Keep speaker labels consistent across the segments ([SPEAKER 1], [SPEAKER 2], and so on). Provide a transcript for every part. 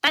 [SPEAKER 1] 大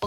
[SPEAKER 1] 我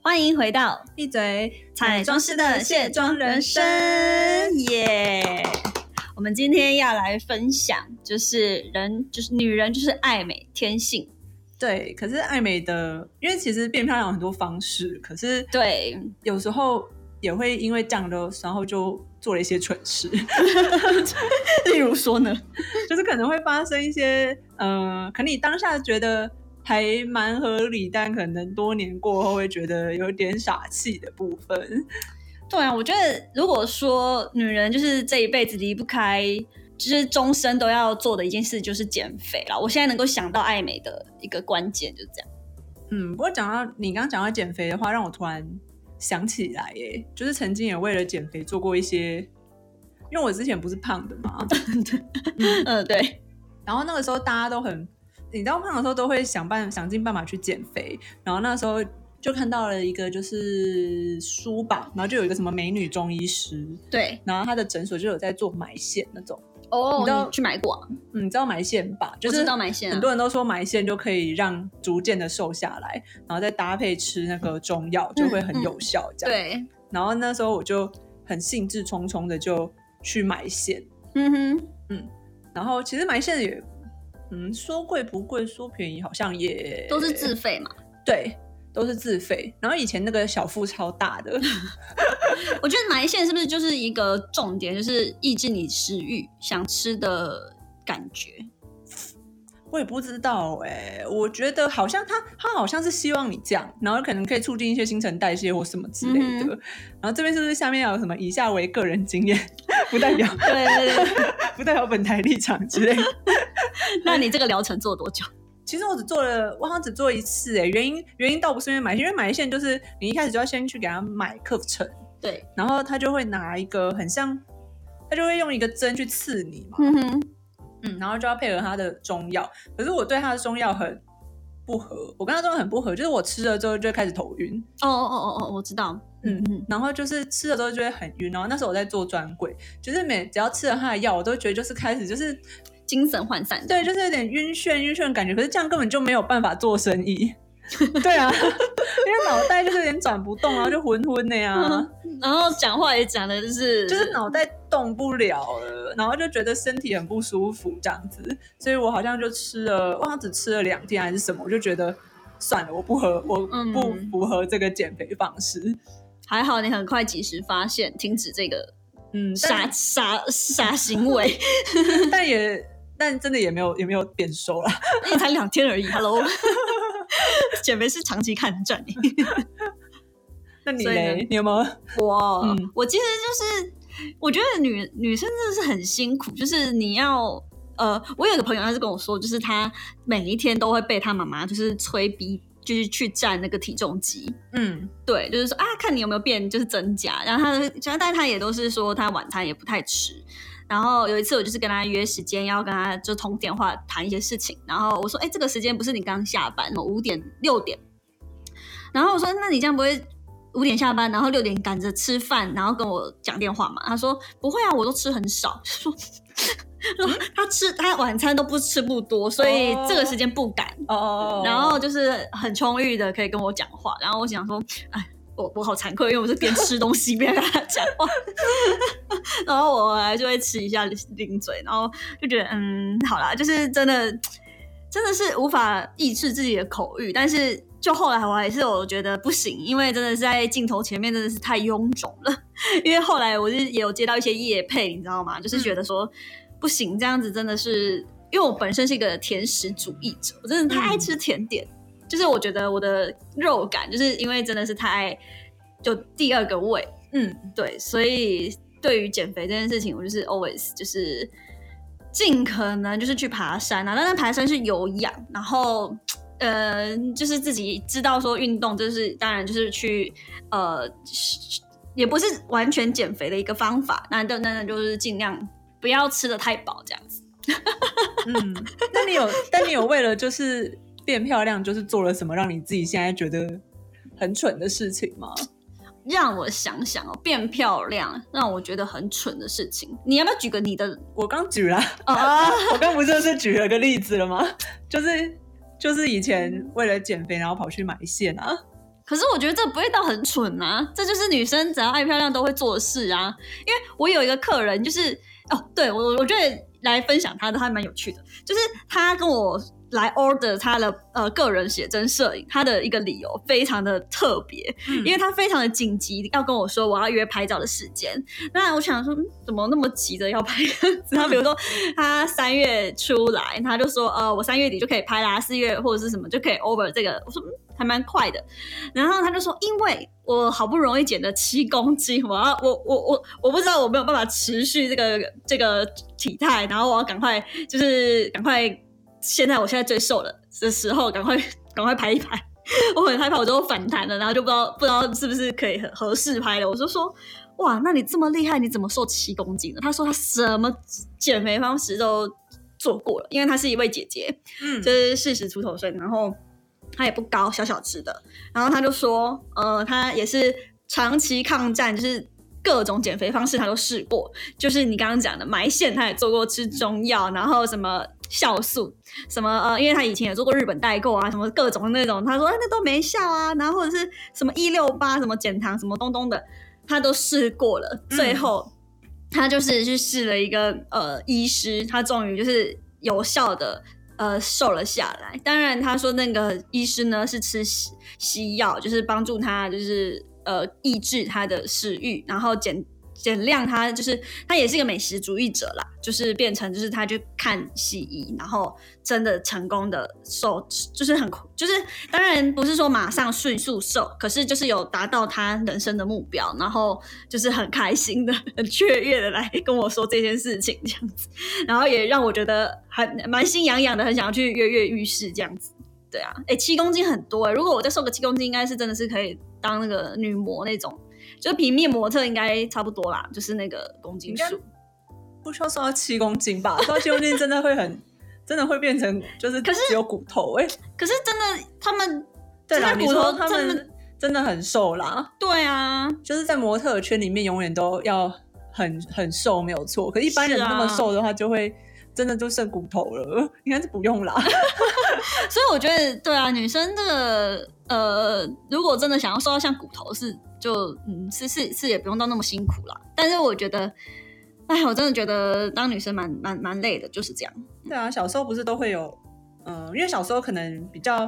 [SPEAKER 1] 欢迎回到
[SPEAKER 2] 闭嘴，
[SPEAKER 1] 彩妆师的卸妆人生，耶、我们今天要来分享，就是人，就是女人，就是爱美天性。
[SPEAKER 2] 对，可是爱美的，因为其实变漂亮有很多方式，可是
[SPEAKER 1] 对，
[SPEAKER 2] 有时候也会因为这样的，然后就做了一些蠢事，
[SPEAKER 1] 例如说呢，
[SPEAKER 2] 就是可能会发生一些，呃，可能你当下觉得还蛮合理，但可能多年过后会觉得有点傻气的部分。
[SPEAKER 1] 对啊，我觉得如果说女人就是这一辈子离不开，就是终身都要做的一件事，就是减肥啦。我现在能够想到爱美的一个关键就是 这样。
[SPEAKER 2] 嗯，不过讲到你刚刚讲到减肥的话，让我突然想起来，耶，就是曾经也为了减肥做过一些，因为我之前不是胖的嘛，
[SPEAKER 1] 嗯，对，
[SPEAKER 2] 然后那个时候大家都很，你知道胖的时候都会想办想尽办法去减肥，然后那时候就看到了一个就是书吧，然后就有一个什么美女中医师，
[SPEAKER 1] 对，
[SPEAKER 2] 然后她的诊所就有在做埋线那种，
[SPEAKER 1] 哦
[SPEAKER 2] 你知道
[SPEAKER 1] 去买过啊？
[SPEAKER 2] 嗯，你知道埋线吧？就
[SPEAKER 1] 我
[SPEAKER 2] 是
[SPEAKER 1] 知道埋线啊
[SPEAKER 2] 很多人都说埋线就可以让逐渐的瘦下来，然后再搭配吃那个中药就会很有效，这样、
[SPEAKER 1] 嗯对，
[SPEAKER 2] 然后那时候我就很兴致冲冲的就去埋线，
[SPEAKER 1] 嗯哼，
[SPEAKER 2] 然后其实埋线也，嗯，说贵不贵，说便宜好像也
[SPEAKER 1] 都是自费嘛。
[SPEAKER 2] 对，都是自费。然后以前那个小腹超大 的，
[SPEAKER 1] 我觉得埋线是不是就是一个重点，就是抑制你食欲、想吃的感觉？
[SPEAKER 2] 我也不知道哎、我觉得好像他他好像是希望你这样，然后可能可以促进一些新陈代谢或什么之类的。然后这边是不是下面要有什么以下为个人经验，不代表
[SPEAKER 1] 对对对。
[SPEAKER 2] 不代表本台立场之类的。
[SPEAKER 1] 那你这个疗程做多久？
[SPEAKER 2] 其实我只做了，我好像只做一次哎、原因原因倒不是因为买线，因为买线就是你一开始就要先去给他买课程，
[SPEAKER 1] 对，
[SPEAKER 2] 然后他就会拿一个很像，他就会用一个针去刺你嘛，
[SPEAKER 1] 嗯哼，
[SPEAKER 2] 嗯，然后就要配合他的中药。可是我对他的中药很不合，我跟他中药很不合，就是我吃了之后就会开始头晕，
[SPEAKER 1] 哦哦哦哦哦，我知道，
[SPEAKER 2] 嗯
[SPEAKER 1] 嗯，
[SPEAKER 2] 然后就是吃了之后就会很晕。然后那时候我在做专柜，就是每只要吃了他的药，我都觉得就是开始就是
[SPEAKER 1] 精神涣散，
[SPEAKER 2] 对，就是有点晕眩晕眩的感觉。可是这样根本就没有办法做生意。对啊， 因为脑袋就是有点转不动，然后就昏昏的呀、
[SPEAKER 1] 然后讲话也讲的就是
[SPEAKER 2] 就是脑袋动不了了，然后就觉得身体很不舒服这样子，所以我好像就吃了，我好像只吃了两天还是什么，我就觉得算了，我不合，我
[SPEAKER 1] 嗯
[SPEAKER 2] 不符合这个减肥方式。
[SPEAKER 1] 还好，你很快及时发现，停止这个
[SPEAKER 2] 嗯，
[SPEAKER 1] 傻
[SPEAKER 2] 但
[SPEAKER 1] 傻傻行为，
[SPEAKER 2] 但也但真的也没有也没有变瘦啦。
[SPEAKER 1] 因为才两天而已，Hello。减肥是长期看赚的，
[SPEAKER 2] 那你
[SPEAKER 1] 所以呢
[SPEAKER 2] 嘞，你有没有？
[SPEAKER 1] 我、
[SPEAKER 2] 嗯
[SPEAKER 1] 我其实就是，我觉得女女生真的是很辛苦，就是你要呃，我有一个朋友，他是跟我说，就是她每一天都会被她妈妈就是催逼，就是去站那个体重机，
[SPEAKER 2] 嗯
[SPEAKER 1] 对，就是说啊，看你有没有变，就是增加。然后他，就，但他也都是说他晚餐也不太吃。然后有一次我就是跟他约时间，要跟他就通电话谈一些事情。然后我说，哎、这个时间不是你刚下班吗？五点六点。然后我说，那你这样不会五点下班，然后六点赶着吃饭，然后跟我讲电话嘛？他说不会啊，我都吃很少。 说。他吃他晚餐都不吃不多，所以这个时间不敢。
[SPEAKER 2] 哦哦，哦
[SPEAKER 1] 然后就是很充裕的可以跟我讲话，然后我想说，哎，我我好惭愧，因为我是边吃东西边跟他讲话， 然后我还就会吃一下零嘴，然后就觉得嗯， 好啦，就是真的真的是无法抑制自己的口欲，但是。就后来我还是我觉得不行，因为真的是在镜头前面真的是太臃肿了。 因为后来我就是也有接到一些业配，你知道吗？就是觉得说、不行，这样子真的是，因为我本身是一个甜食主义者，我真的太爱吃甜点，就是我觉得我的肉感，就是因为真的是太就第二个胃，
[SPEAKER 2] 嗯，
[SPEAKER 1] 对，所以对于减肥这件事情，我就是 always 就是尽可能就是去爬山啊，但是爬山是有氧，然后呃，就是自己知道说运动，就是当然就是去呃，也不是完全减肥的一个方法，那那那就是尽量不要吃的太饱这样子。
[SPEAKER 2] 嗯，那你有，但你有为了就是变漂亮，就是做了什么让你自己现在觉得很蠢的事情吗？
[SPEAKER 1] 让我想想哦，变漂亮让我觉得很蠢的事情，你要不要举个你的？
[SPEAKER 2] 我刚举了，
[SPEAKER 1] 啊，
[SPEAKER 2] 我刚不是就是举了个例子了吗？ 就是就是以前为了减肥，然后跑去买线啊。
[SPEAKER 1] 可是我觉得这不会到很蠢啊，这就是女生只要爱漂亮都会做的事啊。因为我有一个客人，就是哦，对我我觉得来分享她的，她还蛮有趣的，就是她跟我来 order 她的呃个人写真摄影，她的一个理由非常的特别，因为她非常的紧急要跟我说我要约拍照的时间。那我想说，嗯怎么那么急着要拍？她比如说她三月出来，她就说呃我三月底就可以拍啦，四月或者是什么就可以 over 这个，我说嗯还蛮快的。然后他就说，因为我好不容易减了七公斤，我要我我我我不知道我没有办法持续这个这个体态，然后我要赶快就是赶快，现在我现在最瘦了的时候，赶快赶快排一排。 我很害怕，我最后反弹了，然后就不知道不知道是不是可以合合适拍了。我就说，哇，那你这么厉害，你怎么瘦七公斤的？他说他什么减肥方式都做过了，因为她是一位姐姐，
[SPEAKER 2] 嗯
[SPEAKER 1] 就是四十出头岁，然后他也不高，小小只的。然后他就说，呃，他也是长期抗战，就是各种减肥方式他都试过，就是你刚刚讲的埋线，他也做过吃中药，然后什么酵素，什么呃，因为他以前也做过日本代购啊，什么各种那种，他说、哎那都没效啊，然后或者是什么一六八什么减糖什么东东的，他都试过了，
[SPEAKER 2] 嗯
[SPEAKER 1] 最后。他就是去试了一个呃医师，他终于就是有效的呃瘦了下来。当然，他说那个医师呢是吃西西药，就是帮助他就是呃抑制他的食欲，然后减减量他就是他也是一个美食主义者啦，就是变成就是他去看西医，然后真的成功的瘦，就是很就是当然不是说马上迅速瘦，可是就是有达到他人生的目标，然后就是很开心的、很雀跃的来跟我说这件事情这样子，然后也让我觉得还蛮心痒痒的，很想要去跃跃欲试这样子。对啊，哎、七公斤很多哎、如果我再瘦个七公斤，应该是真的是可以当那个女模那种，就平面模特应该差不多啦，就是那个公斤数
[SPEAKER 2] 应。不需要瘦到七公斤吧？瘦到七公斤真的会很，真的会变成就是
[SPEAKER 1] 可是
[SPEAKER 2] 只有骨头哎、
[SPEAKER 1] 可是真的，他们
[SPEAKER 2] 对啦，
[SPEAKER 1] 真的
[SPEAKER 2] 你
[SPEAKER 1] 骨
[SPEAKER 2] 说
[SPEAKER 1] 头
[SPEAKER 2] 他
[SPEAKER 1] 真的
[SPEAKER 2] 们真的很瘦啦，
[SPEAKER 1] 对啊，
[SPEAKER 2] 就是在模特儿圈里面永远都要很很瘦没有错，可是一般人
[SPEAKER 1] 是啊
[SPEAKER 2] 那么瘦的话就会。真的就剩骨头了， 应该是不用啦。
[SPEAKER 1] 所以我觉得，对啊，女生这个呃，如果真的想要瘦到像骨头是，就嗯，是是是也不用到那么辛苦啦。但是我觉得，哎，我真的觉得当女生蛮蛮蛮累的，就是这样。
[SPEAKER 2] 对啊，小时候不是都会有，嗯、因为小时候可能比较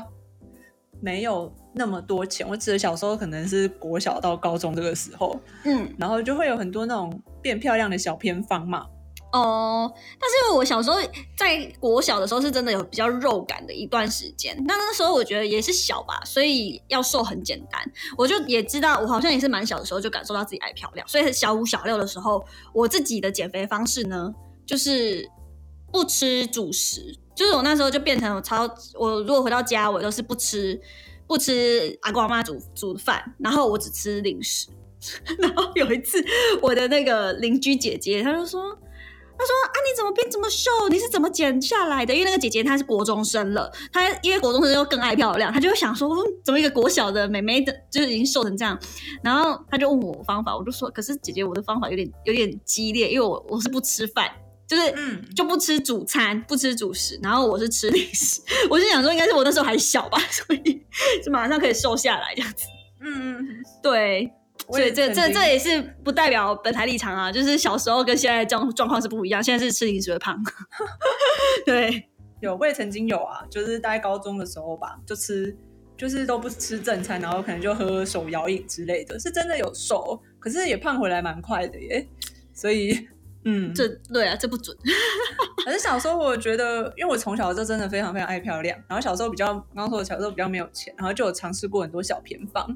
[SPEAKER 2] 没有那么多钱，我指的小时候可能是国小到高中这个时候，
[SPEAKER 1] 嗯，
[SPEAKER 2] 然后就会有很多那种变漂亮的小偏方嘛。
[SPEAKER 1] 哦，但是我小时候在国小的时候是真的有比较肉感的一段时间，那那时候我觉得也是小吧，所以要瘦很简单。我就也知道，我好像也是蛮小的时候就感受到自己爱漂亮，所以小五小六的时候，我自己的减肥方式呢，就是不吃主食，就是我那时候就变成我超，我如果回到家，我都是不吃不吃阿公阿妈煮煮的饭，然后我只吃零食。 然后有一次，我的那个邻居姐姐，她就说。她说：“啊，你怎么变这么瘦？啊你是怎么减下来的？因为那个姐姐她是国中生了，她因为国中生又更爱漂亮，她就会想说，嗯怎么一个国小的妹妹的，就是已经瘦成这样？然后她就问我方法，我就说，可是姐姐，我的方法有点有点激烈，因为我我是不吃饭，就是
[SPEAKER 2] 嗯，
[SPEAKER 1] 就不吃主餐，不吃主食，然后我是吃零食。 我是想说，应该是我那时候还小吧，所以就马上可以瘦下来这样子。
[SPEAKER 2] 嗯，
[SPEAKER 1] 对，
[SPEAKER 2] 我
[SPEAKER 1] 所以
[SPEAKER 2] 也
[SPEAKER 1] 这
[SPEAKER 2] 曾
[SPEAKER 1] 这
[SPEAKER 2] 经
[SPEAKER 1] 这也是不代表本台立场啊，就是小时候跟现在的状状况是不一样，现在是吃零食会 胖。对，
[SPEAKER 2] 有，我也曾经有啊，就是大概高中的时候吧，就吃就是都不吃正餐，然后可能就喝手摇饮之类的，是真的有瘦，可是也胖回来蛮快的耶。所以，嗯，
[SPEAKER 1] 这对啊，这不准。
[SPEAKER 2] 可是小时候我觉得，因为我从小就真的非常非常爱漂亮，然后小时候比较，刚刚说我小时候比较没有钱，然后就有尝试过很多小偏方，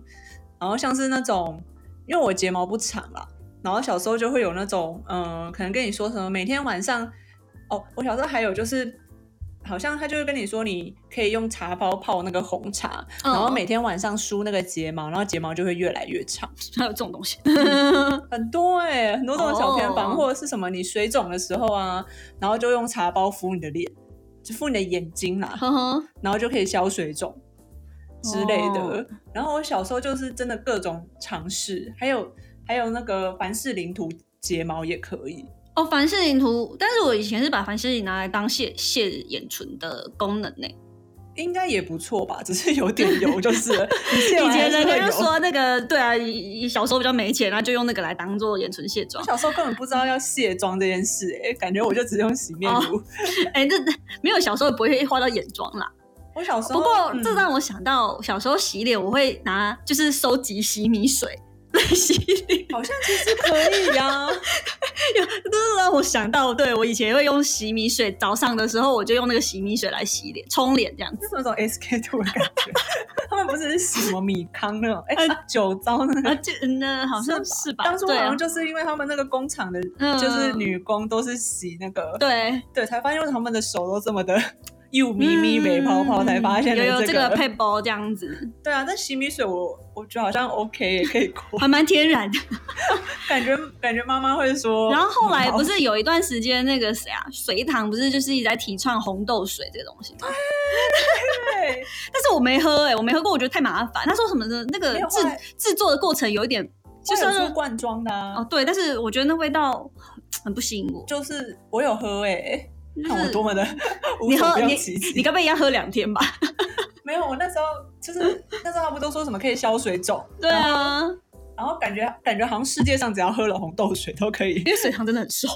[SPEAKER 2] 然后像是那种，因为我睫毛不长啦，然后小时候就会有那种，嗯、可能跟你说什么每天晚上，哦，我小时候还有就是，好像他就会跟你说，你可以用茶包泡那个红茶，
[SPEAKER 1] 嗯
[SPEAKER 2] 然后每天晚上梳那个睫毛，然后睫毛就会越来越长。
[SPEAKER 1] 还有这种东西，
[SPEAKER 2] 很多哎、很多这种小偏方
[SPEAKER 1] 哦
[SPEAKER 2] 或者是什么你水肿的时候啊，然后就用茶包敷你的脸，就敷你的眼睛啦，
[SPEAKER 1] 呵呵，
[SPEAKER 2] 然后就可以消水肿之类的。
[SPEAKER 1] 哦
[SPEAKER 2] 然后我小时候就是真的各种尝试，还有还有那个凡士林涂睫毛也可以。
[SPEAKER 1] 哦，凡士林涂，但是我以前是把凡士林拿来当卸卸眼唇的功能呢、
[SPEAKER 2] 应该也不错吧，只 是有点油就是了。你卸完
[SPEAKER 1] 以前
[SPEAKER 2] 还是
[SPEAKER 1] 人
[SPEAKER 2] 会
[SPEAKER 1] 家
[SPEAKER 2] 油
[SPEAKER 1] 就说那个，对啊，以以小时候比较没钱，然后就用那个来当做眼唇卸妆
[SPEAKER 2] 我。小时候根本不知道要卸妆这件事、欸，感觉我就只用洗面乳。
[SPEAKER 1] 哎、这没有小时候也不会画到眼妆啦。
[SPEAKER 2] 我小时候
[SPEAKER 1] 不过、
[SPEAKER 2] 嗯
[SPEAKER 1] 这让我想到小时候洗脸，我会拿就是收集洗米水来洗脸，
[SPEAKER 2] 嗯好像其实可以啊呀、
[SPEAKER 1] 这让我想到， 对我以前会用洗米水，早上的时候我就用那个洗米水来洗脸、冲脸这样子。
[SPEAKER 2] 是有种 SK two 的感觉。他们不是洗什么米糠那种，哎、酒糟那
[SPEAKER 1] 啊，
[SPEAKER 2] 个。
[SPEAKER 1] 这那好像是吧？
[SPEAKER 2] 当初好
[SPEAKER 1] 对啊
[SPEAKER 2] 像就是因为他们那个工厂的，
[SPEAKER 1] 嗯
[SPEAKER 2] 就是女工都是洗那个，
[SPEAKER 1] 对，
[SPEAKER 2] 对，才发现为什么他们的手都这么的又咪咪没泡泡，
[SPEAKER 1] 嗯
[SPEAKER 2] 才发现
[SPEAKER 1] 有有
[SPEAKER 2] 了
[SPEAKER 1] 这个配包这样子，
[SPEAKER 2] 对啊，但洗米水我我觉得好像 OK 也可以过，
[SPEAKER 1] 还蛮天 然的。
[SPEAKER 2] 感觉感觉妈妈会说。
[SPEAKER 1] 然后后来
[SPEAKER 2] 好
[SPEAKER 1] 不是有一段时间，那个谁啊，隋唐不是就是一直在提倡红豆水这个东西吗？
[SPEAKER 2] 嗯对，
[SPEAKER 1] 但是我没喝哎、我没喝过，我觉得太麻烦。他说什么的，那个
[SPEAKER 2] 没有后来
[SPEAKER 1] 制制作的过程有一点，就
[SPEAKER 2] 就是是出罐装的、啊
[SPEAKER 1] 哦对，但是我觉得那味道很不吸引我。
[SPEAKER 2] 就是我有喝哎、欸，
[SPEAKER 1] 就是
[SPEAKER 2] 看我多么的无
[SPEAKER 1] 你
[SPEAKER 2] 所
[SPEAKER 1] 喝
[SPEAKER 2] 不用
[SPEAKER 1] 你
[SPEAKER 2] 其极
[SPEAKER 1] 你该不会要喝两天吧？
[SPEAKER 2] 没有，我那时候就是那时候他不都说什么可以消水肿，
[SPEAKER 1] 对啊，
[SPEAKER 2] 然后感觉感觉好像世界上只要喝了红豆水都可 以，
[SPEAKER 1] 因为隋唐真的很瘦。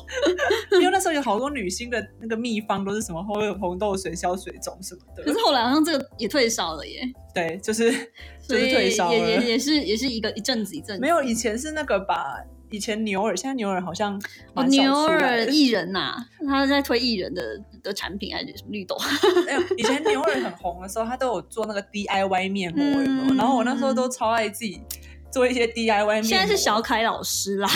[SPEAKER 2] 因为那时候有好多女星的那个秘方都是什么喝红豆水消水肿什么
[SPEAKER 1] 可
[SPEAKER 2] 的
[SPEAKER 1] 是，后来好像这个也退烧了耶，
[SPEAKER 2] 对，就是就
[SPEAKER 1] 所
[SPEAKER 2] 是
[SPEAKER 1] 以
[SPEAKER 2] 退烧
[SPEAKER 1] 也也
[SPEAKER 2] 了。
[SPEAKER 1] 也是也是一个一阵子一阵子。
[SPEAKER 2] 没有以前是那个吧，以前牛耳，现在牛耳好像
[SPEAKER 1] 哦，
[SPEAKER 2] 蛮
[SPEAKER 1] 牛
[SPEAKER 2] 少出
[SPEAKER 1] 耳
[SPEAKER 2] 来的。
[SPEAKER 1] 艺人呐、他在推艺人的的产品还是什么绿豆？
[SPEAKER 2] 哎呦以前牛耳很红的时候，他都有做那个 DIY 面膜，有没有
[SPEAKER 1] 嗯
[SPEAKER 2] 然后我那时候都超爱自己做一些 DIY 面膜。
[SPEAKER 1] 现在是小凯老师啦，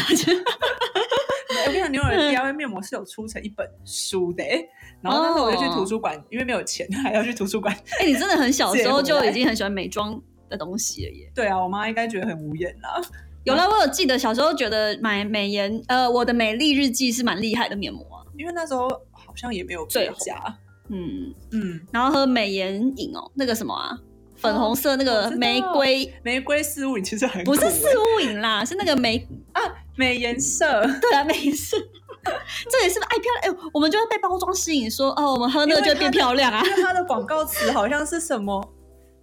[SPEAKER 2] 哎我跟你讲，牛
[SPEAKER 1] 嗯
[SPEAKER 2] 耳的 DIY 面膜是有出成一本书的、欸。然后那时候我就
[SPEAKER 1] 哦
[SPEAKER 2] 去图书馆，因为没有钱，还要去图书馆。
[SPEAKER 1] 哎、你真的很小时候
[SPEAKER 2] 借回
[SPEAKER 1] 就
[SPEAKER 2] 来
[SPEAKER 1] 已经很喜欢美妆的东西了耶。
[SPEAKER 2] 对啊，我妈应该觉得很无言啦。
[SPEAKER 1] 有了，我有记得小时候觉得买美颜，呃，我的美丽日记是蛮厉害的面膜啊，
[SPEAKER 2] 因为那时候好像也没有
[SPEAKER 1] 最
[SPEAKER 2] 最
[SPEAKER 1] 红
[SPEAKER 2] 佳，
[SPEAKER 1] 嗯，
[SPEAKER 2] 嗯，
[SPEAKER 1] 然后喝美颜饮哦，那个什么啊，粉红色那
[SPEAKER 2] 哦我
[SPEAKER 1] 个
[SPEAKER 2] 知道
[SPEAKER 1] 玫瑰，
[SPEAKER 2] 玫瑰四物饮其实很
[SPEAKER 1] 不
[SPEAKER 2] 苦
[SPEAKER 1] 是
[SPEAKER 2] 欸
[SPEAKER 1] 四物饮啦，是那个玫，
[SPEAKER 2] 美颜社，
[SPEAKER 1] 对啊，美是， 这也是爱漂亮，哎、我们就会被包装吸引说哦，我们喝那个就会变漂亮啊，
[SPEAKER 2] 因为它的广告词好像是什么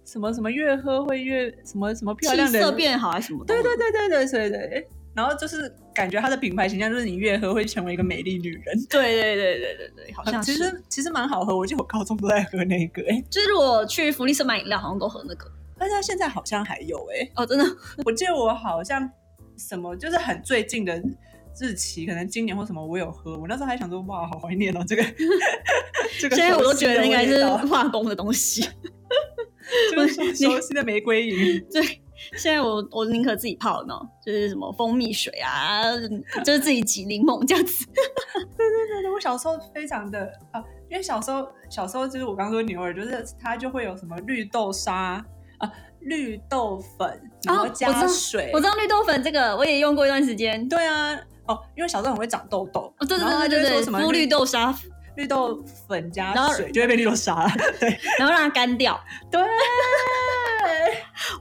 [SPEAKER 2] 什么什么越喝会越什么什么 漂
[SPEAKER 1] 气
[SPEAKER 2] 亮的人
[SPEAKER 1] 色，变好啊还是什么的？
[SPEAKER 2] 对对对对对对对。然后就是感觉它的品牌形象就是你越喝会成为一个美丽女人，
[SPEAKER 1] 对对对对对对，好像
[SPEAKER 2] 啊其
[SPEAKER 1] 是。
[SPEAKER 2] 实其实蛮好喝，我记得我高中都在喝那个、欸，
[SPEAKER 1] 就是如果去福利社买饮料，好像都喝那个。
[SPEAKER 2] 但是它现在好像还有哎、
[SPEAKER 1] 哦，真的，
[SPEAKER 2] 我记得我好像什么就是很最近的日期，可能今年或什么我有喝，我那时候还想说哇，好怀念哦这个这
[SPEAKER 1] 现
[SPEAKER 2] 个熟悉的味道。
[SPEAKER 1] 在我都觉得应该是化工的东西。
[SPEAKER 2] 就是熟悉的玫瑰饮，
[SPEAKER 1] 现在我我宁可自己泡呢，就是什么蜂蜜水啊，就是自己挤柠檬这样子。
[SPEAKER 2] 对对，我小时候非常的啊，因为小时候小时候就是我刚说牛耳，就是它就会有什么绿豆沙啊、绿豆粉，然后
[SPEAKER 1] 哦我知
[SPEAKER 2] 加
[SPEAKER 1] 道
[SPEAKER 2] 水，
[SPEAKER 1] 我知道绿豆粉这个我也用过一段时间。
[SPEAKER 2] 对啊。哦，因为小时候很会长痘痘，
[SPEAKER 1] 哦，对对
[SPEAKER 2] 然
[SPEAKER 1] 对
[SPEAKER 2] 后他就
[SPEAKER 1] 对
[SPEAKER 2] 会
[SPEAKER 1] 对
[SPEAKER 2] 说什，么
[SPEAKER 1] 敷绿豆沙，
[SPEAKER 2] 绿豆粉加
[SPEAKER 1] 然后
[SPEAKER 2] 水就会被绿豆沙，对，
[SPEAKER 1] 然后让它干掉。
[SPEAKER 2] 对，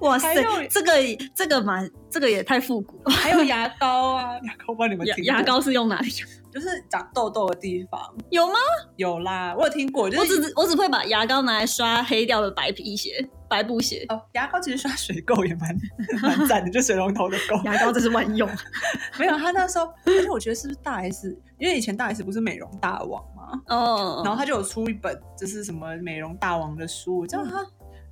[SPEAKER 1] 哇塞
[SPEAKER 2] 还有，
[SPEAKER 1] 这个这个蛮，这个也太复古了。
[SPEAKER 2] 还有牙膏啊， 牙膏帮你们
[SPEAKER 1] 牙
[SPEAKER 2] 听过
[SPEAKER 1] 牙膏是用哪里？
[SPEAKER 2] 就是长痘痘的地方
[SPEAKER 1] 有吗？
[SPEAKER 2] 有啦，我有听过，就
[SPEAKER 1] 我
[SPEAKER 2] 是
[SPEAKER 1] 只我只会把牙膏拿来刷黑掉的白皮鞋、白布鞋。
[SPEAKER 2] 哦，牙膏其实刷水垢也蛮 蛮赞的，就水龙头的垢。
[SPEAKER 1] 牙膏真是万用。啊
[SPEAKER 2] 没有，他那时候，而且我觉得是不是大 S，因为以前大 S 不是美容大王嘛，
[SPEAKER 1] 哦，
[SPEAKER 2] 然后他就有出一本就是什么美容大王的书，我知
[SPEAKER 1] 嗯
[SPEAKER 2] 道他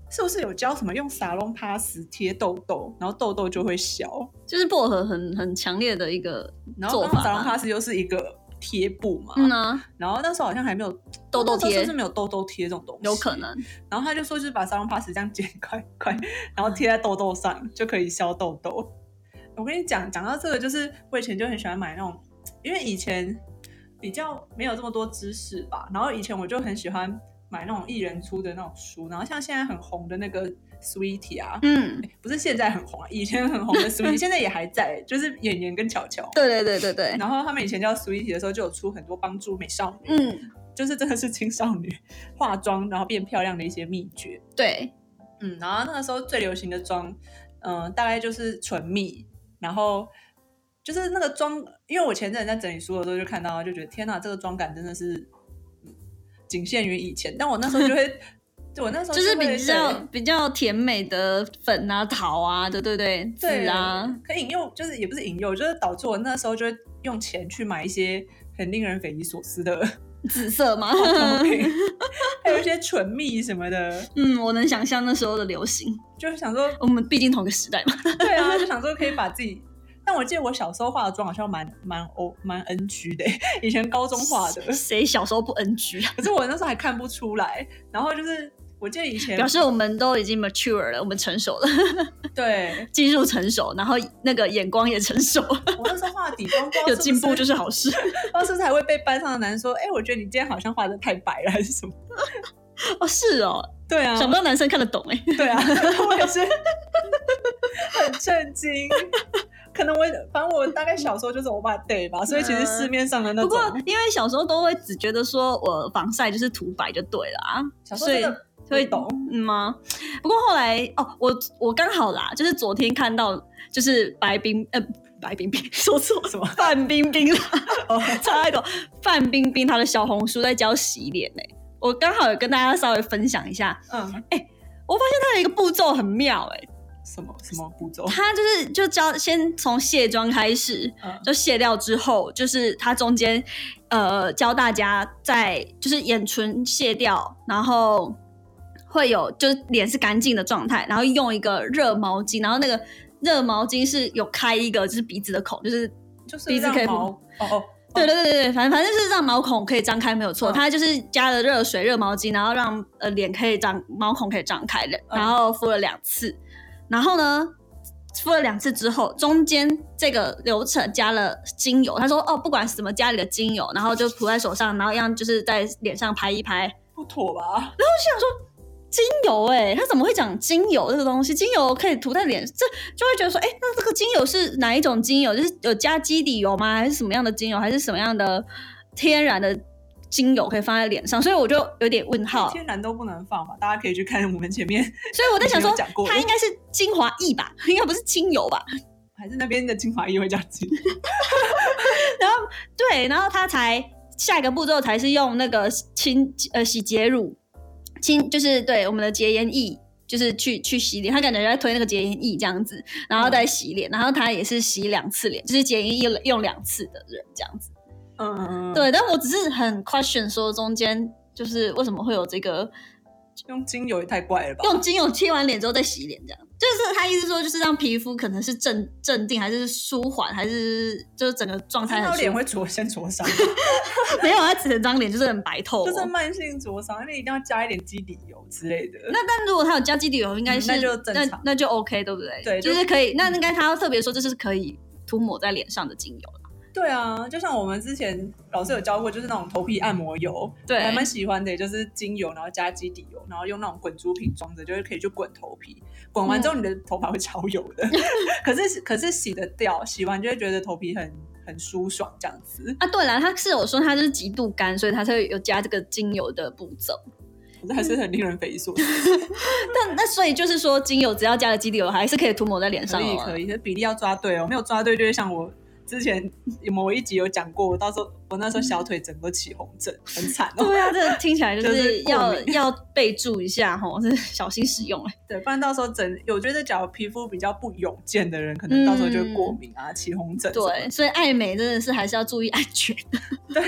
[SPEAKER 2] 是不是有教什么用撒隆帕斯贴痘痘，然后痘痘就会消，
[SPEAKER 1] 就是薄荷很很强烈的一个
[SPEAKER 2] 然后
[SPEAKER 1] 做
[SPEAKER 2] 刚刚
[SPEAKER 1] 法
[SPEAKER 2] 撒隆
[SPEAKER 1] 啦。
[SPEAKER 2] 帕斯又是一个贴布嘛，
[SPEAKER 1] 嗯啊，
[SPEAKER 2] 然后那时候好像还没有
[SPEAKER 1] 痘痘
[SPEAKER 2] 那时候
[SPEAKER 1] 贴
[SPEAKER 2] 是不是没有痘痘贴这种东西，
[SPEAKER 1] 有可能。
[SPEAKER 2] 然后他就说，就是把沙龙 pass 这样剪块块，然后贴在痘痘上就可以消痘痘。我跟你讲，讲到这个，就是我以前就很喜欢买那种，因为以前比较没有这么多知识吧，然后以前我就很喜欢买那种艺人出的那种书，然后像现在很红的那个 Sweetie 啊，
[SPEAKER 1] 嗯，
[SPEAKER 2] 诶不是现在很红啊，以前很红的 Sweetie，现在也还在，就是演员跟巧巧。
[SPEAKER 1] 对对对对对，
[SPEAKER 2] 然后他们以前叫 Sweetie 的时候，就有出很多帮助美少女，
[SPEAKER 1] 嗯，
[SPEAKER 2] 就是真的是青少女化妆然后变漂亮的一些秘诀。
[SPEAKER 1] 对，
[SPEAKER 2] 嗯，然后那个时候最流行的妆，嗯、大概就是唇蜜，然后就是那个妆，因为我前阵子在整理书的时候就看到，就觉得天哪，这个妆感真的是嗯仅限于以前。但我那时候就 会，就我那时候
[SPEAKER 1] 就是
[SPEAKER 2] 会
[SPEAKER 1] 比较
[SPEAKER 2] 对
[SPEAKER 1] 比较甜美的粉啊、桃啊的，对对对，
[SPEAKER 2] 对
[SPEAKER 1] 紫啊，，
[SPEAKER 2] 可引诱就是也不是引诱，就是导致我那时候就会用钱去买一些很令人匪夷所思的
[SPEAKER 1] 紫色嘛。
[SPEAKER 2] 化 妆品，还有一些唇蜜什么的，
[SPEAKER 1] 嗯，我能想象那时候的流行，
[SPEAKER 2] 就是想说
[SPEAKER 1] 我们毕竟同个时代嘛。
[SPEAKER 2] 对啊，就想说可以把自己。但我记得我小时候化的妆好像蛮蛮欧蛮 NG 的，以前高中化 的，
[SPEAKER 1] 谁小时候不 NG 啊？
[SPEAKER 2] 可是我那时候还看不出来。然后就是我记得以前
[SPEAKER 1] 表示我们都已经 mature 了，我们成熟了，
[SPEAKER 2] 对
[SPEAKER 1] 技术成熟，然后那个眼光也成熟，
[SPEAKER 2] 我那时候化的底妆，不知道
[SPEAKER 1] 有
[SPEAKER 2] 哦不
[SPEAKER 1] 进步就是是好 事。
[SPEAKER 2] 不知道是不是还会被班上的男生说，哎、我觉得你今天好像画的太白了还是什么？
[SPEAKER 1] 哦，是哦，
[SPEAKER 2] 对啊，
[SPEAKER 1] 想不到男生看得懂哎、
[SPEAKER 2] 对啊， 我也是很震惊。可能我反正我大概小时候就是欧巴 day 吧，所以其实市面上的
[SPEAKER 1] 嗯
[SPEAKER 2] 那
[SPEAKER 1] 不
[SPEAKER 2] 种，
[SPEAKER 1] 过因为小时候都会只觉得说我防晒就是涂白就对了啊，
[SPEAKER 2] 小时候真的
[SPEAKER 1] 所以
[SPEAKER 2] 不懂
[SPEAKER 1] 嗯吗？不过后来哦，我我刚好啦，就是昨天看到就是白冰呃白冰 冰说错
[SPEAKER 2] 什么
[SPEAKER 1] 范冰冰啦，
[SPEAKER 2] 哦
[SPEAKER 1] 差一个范冰冰她的小红书在教洗脸呢、我刚好有跟大家稍微分享一下，
[SPEAKER 2] 嗯
[SPEAKER 1] 我发现她有一个步骤很妙哎、
[SPEAKER 2] 什么什么步骤，
[SPEAKER 1] 她就是就教先从卸妆开始，
[SPEAKER 2] 嗯
[SPEAKER 1] 就卸掉之后，就是它中间呃教大家在就是眼唇卸掉，然后会有就是脸是干净的状态，然后用一个热毛巾，然后那个热毛巾是有开一个就是鼻子的孔，就是
[SPEAKER 2] 就是
[SPEAKER 1] 鼻子
[SPEAKER 2] 让
[SPEAKER 1] 可以
[SPEAKER 2] 毛哦哦，
[SPEAKER 1] 对对对对对，反正反正就是让毛孔可以张开，没有错。
[SPEAKER 2] 嗯
[SPEAKER 1] 它就是加了热水、热毛巾，然后让呃脸可以张毛孔可以张开的，
[SPEAKER 2] 嗯
[SPEAKER 1] 然后敷了两次。然后呢，敷了两次之后，中间这个流程加了精油。他说哦，不管什么家里的精油，然后就涂在手上，然后一样就是在脸上拍一拍。
[SPEAKER 2] 不妥吧？
[SPEAKER 1] 精油哎、他怎么会讲精油这个东西？精油可以涂在脸，这就会觉得说，哎、那这个精油是哪一种精油？就是有加基底油吗？还是什么样的精油？还是什么样的天然的精油可以放在脸上？所以我就有点问 号。
[SPEAKER 2] 天然都不能放嘛，大家可以去看我们前面，
[SPEAKER 1] 所以我在想说
[SPEAKER 2] 以前有讲，过
[SPEAKER 1] 它应该是精华液吧，应该不是精油吧？
[SPEAKER 2] 还是那边的精华液会加精。
[SPEAKER 1] 对，然后他才下一个步骤才是用那个清呃洗洁乳，清就是对我们的洁颜液，就是去去洗脸。他感觉在推那个洁颜液这样子，然后再洗脸，然后他也是洗两次脸，就是洁颜液用两次的人这样子。
[SPEAKER 2] 嗯嗯嗯，，
[SPEAKER 1] 对，但我只是很 question 说中间就是为什么会有这个
[SPEAKER 2] 用精油也太怪了吧？
[SPEAKER 1] 用精油贴完脸之后再洗脸这样。就是他意思说，就是让皮肤可能是镇镇定，还是舒缓，还是就是整个状态
[SPEAKER 2] 看
[SPEAKER 1] 很
[SPEAKER 2] 到
[SPEAKER 1] 舒
[SPEAKER 2] 脸
[SPEAKER 1] 服。
[SPEAKER 2] 会灼先灼 伤，
[SPEAKER 1] 没有，他整张脸就是很白透、哦，
[SPEAKER 2] 就是慢性灼伤，那一定要加一点基底油之类的。
[SPEAKER 1] 那但如果他有加基底油，应该
[SPEAKER 2] 嗯
[SPEAKER 1] 是、
[SPEAKER 2] 那就正常
[SPEAKER 1] 那那就 OK，对不对？
[SPEAKER 2] 对
[SPEAKER 1] 就
[SPEAKER 2] 就是
[SPEAKER 1] 可以。那应该他要特别说，这是可以涂抹在脸上的精油了。
[SPEAKER 2] 对啊，就像我们之前老师有教过，就是那种头皮按摩油，
[SPEAKER 1] 对
[SPEAKER 2] 我还蛮喜欢的，就是精油，然后加基底油，然后用那种滚珠瓶装着，就是可以去滚头皮，滚完之后你的头发会超油
[SPEAKER 1] 嗯
[SPEAKER 2] 的， 可是可是洗得掉，洗完就会觉得头皮很很舒爽这样子。
[SPEAKER 1] 啊，对了，他是有说他就是极度干，所以他才会有加这个精油的步骤。
[SPEAKER 2] 可是还是很令人匪夷所思。
[SPEAKER 1] 嗯但那所以就是说，精油只要加了基底油，还是可以涂抹在脸
[SPEAKER 2] 可
[SPEAKER 1] 上啊
[SPEAKER 2] 以
[SPEAKER 1] 的。哦
[SPEAKER 2] 可
[SPEAKER 1] 以。
[SPEAKER 2] 以，可是比例要抓对哦，没有抓对就会像我之前某一集有讲过，我到时候我那时候小腿整个起红 疹，很惨哦。
[SPEAKER 1] 对啊，这听起来就
[SPEAKER 2] 就是
[SPEAKER 1] 是
[SPEAKER 2] 过
[SPEAKER 1] 要
[SPEAKER 2] 敏
[SPEAKER 1] 要备注一下吼， 是小心使 用。
[SPEAKER 2] 对，不然到时候整，我觉得假如皮肤比较不勇健的人，可能到时候就会过敏啊、起红疹什么
[SPEAKER 1] 对，所以爱美真的是还是要注意安全。
[SPEAKER 2] 的，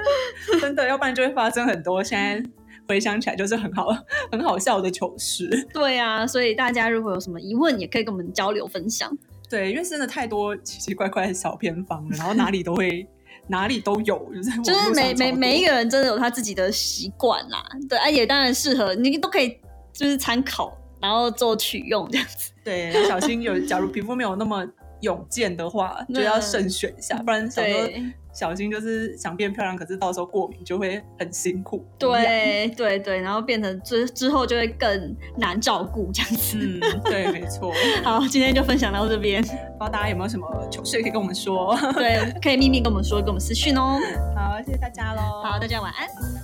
[SPEAKER 2] 真的，要不然就会发生很多现在。回想起来就是很好很好笑的糗事，
[SPEAKER 1] 对啊，所以大家如果有什么疑问，也可以跟我们交流分享。
[SPEAKER 2] 对，因为真的太多奇奇怪怪的小偏方了，然后哪里都 会哪里都有，就是在网
[SPEAKER 1] 就是
[SPEAKER 2] 络上
[SPEAKER 1] 每每
[SPEAKER 2] 超多
[SPEAKER 1] 每一个人真的有他自己的习惯啦，对，啊也当然适合你都可以就是参考，然后做取用这样子。
[SPEAKER 2] 对，要小心有，假如皮肤没有那么勇健的 话，就要慎选一下，不然想说小心就是想变漂亮，可是到时候过敏就会很辛苦。
[SPEAKER 1] 对对对，然后变成之之后就会更难照顾这样子。
[SPEAKER 2] 嗯，对，没错。
[SPEAKER 1] 好，今天就分享到这 边，不知
[SPEAKER 2] 道大家有没有什么糗事可以跟我们说？
[SPEAKER 1] 对，可以秘密跟我们说，跟我们私讯哦。
[SPEAKER 2] 好，谢谢大家喽。
[SPEAKER 1] 好，大家晚安。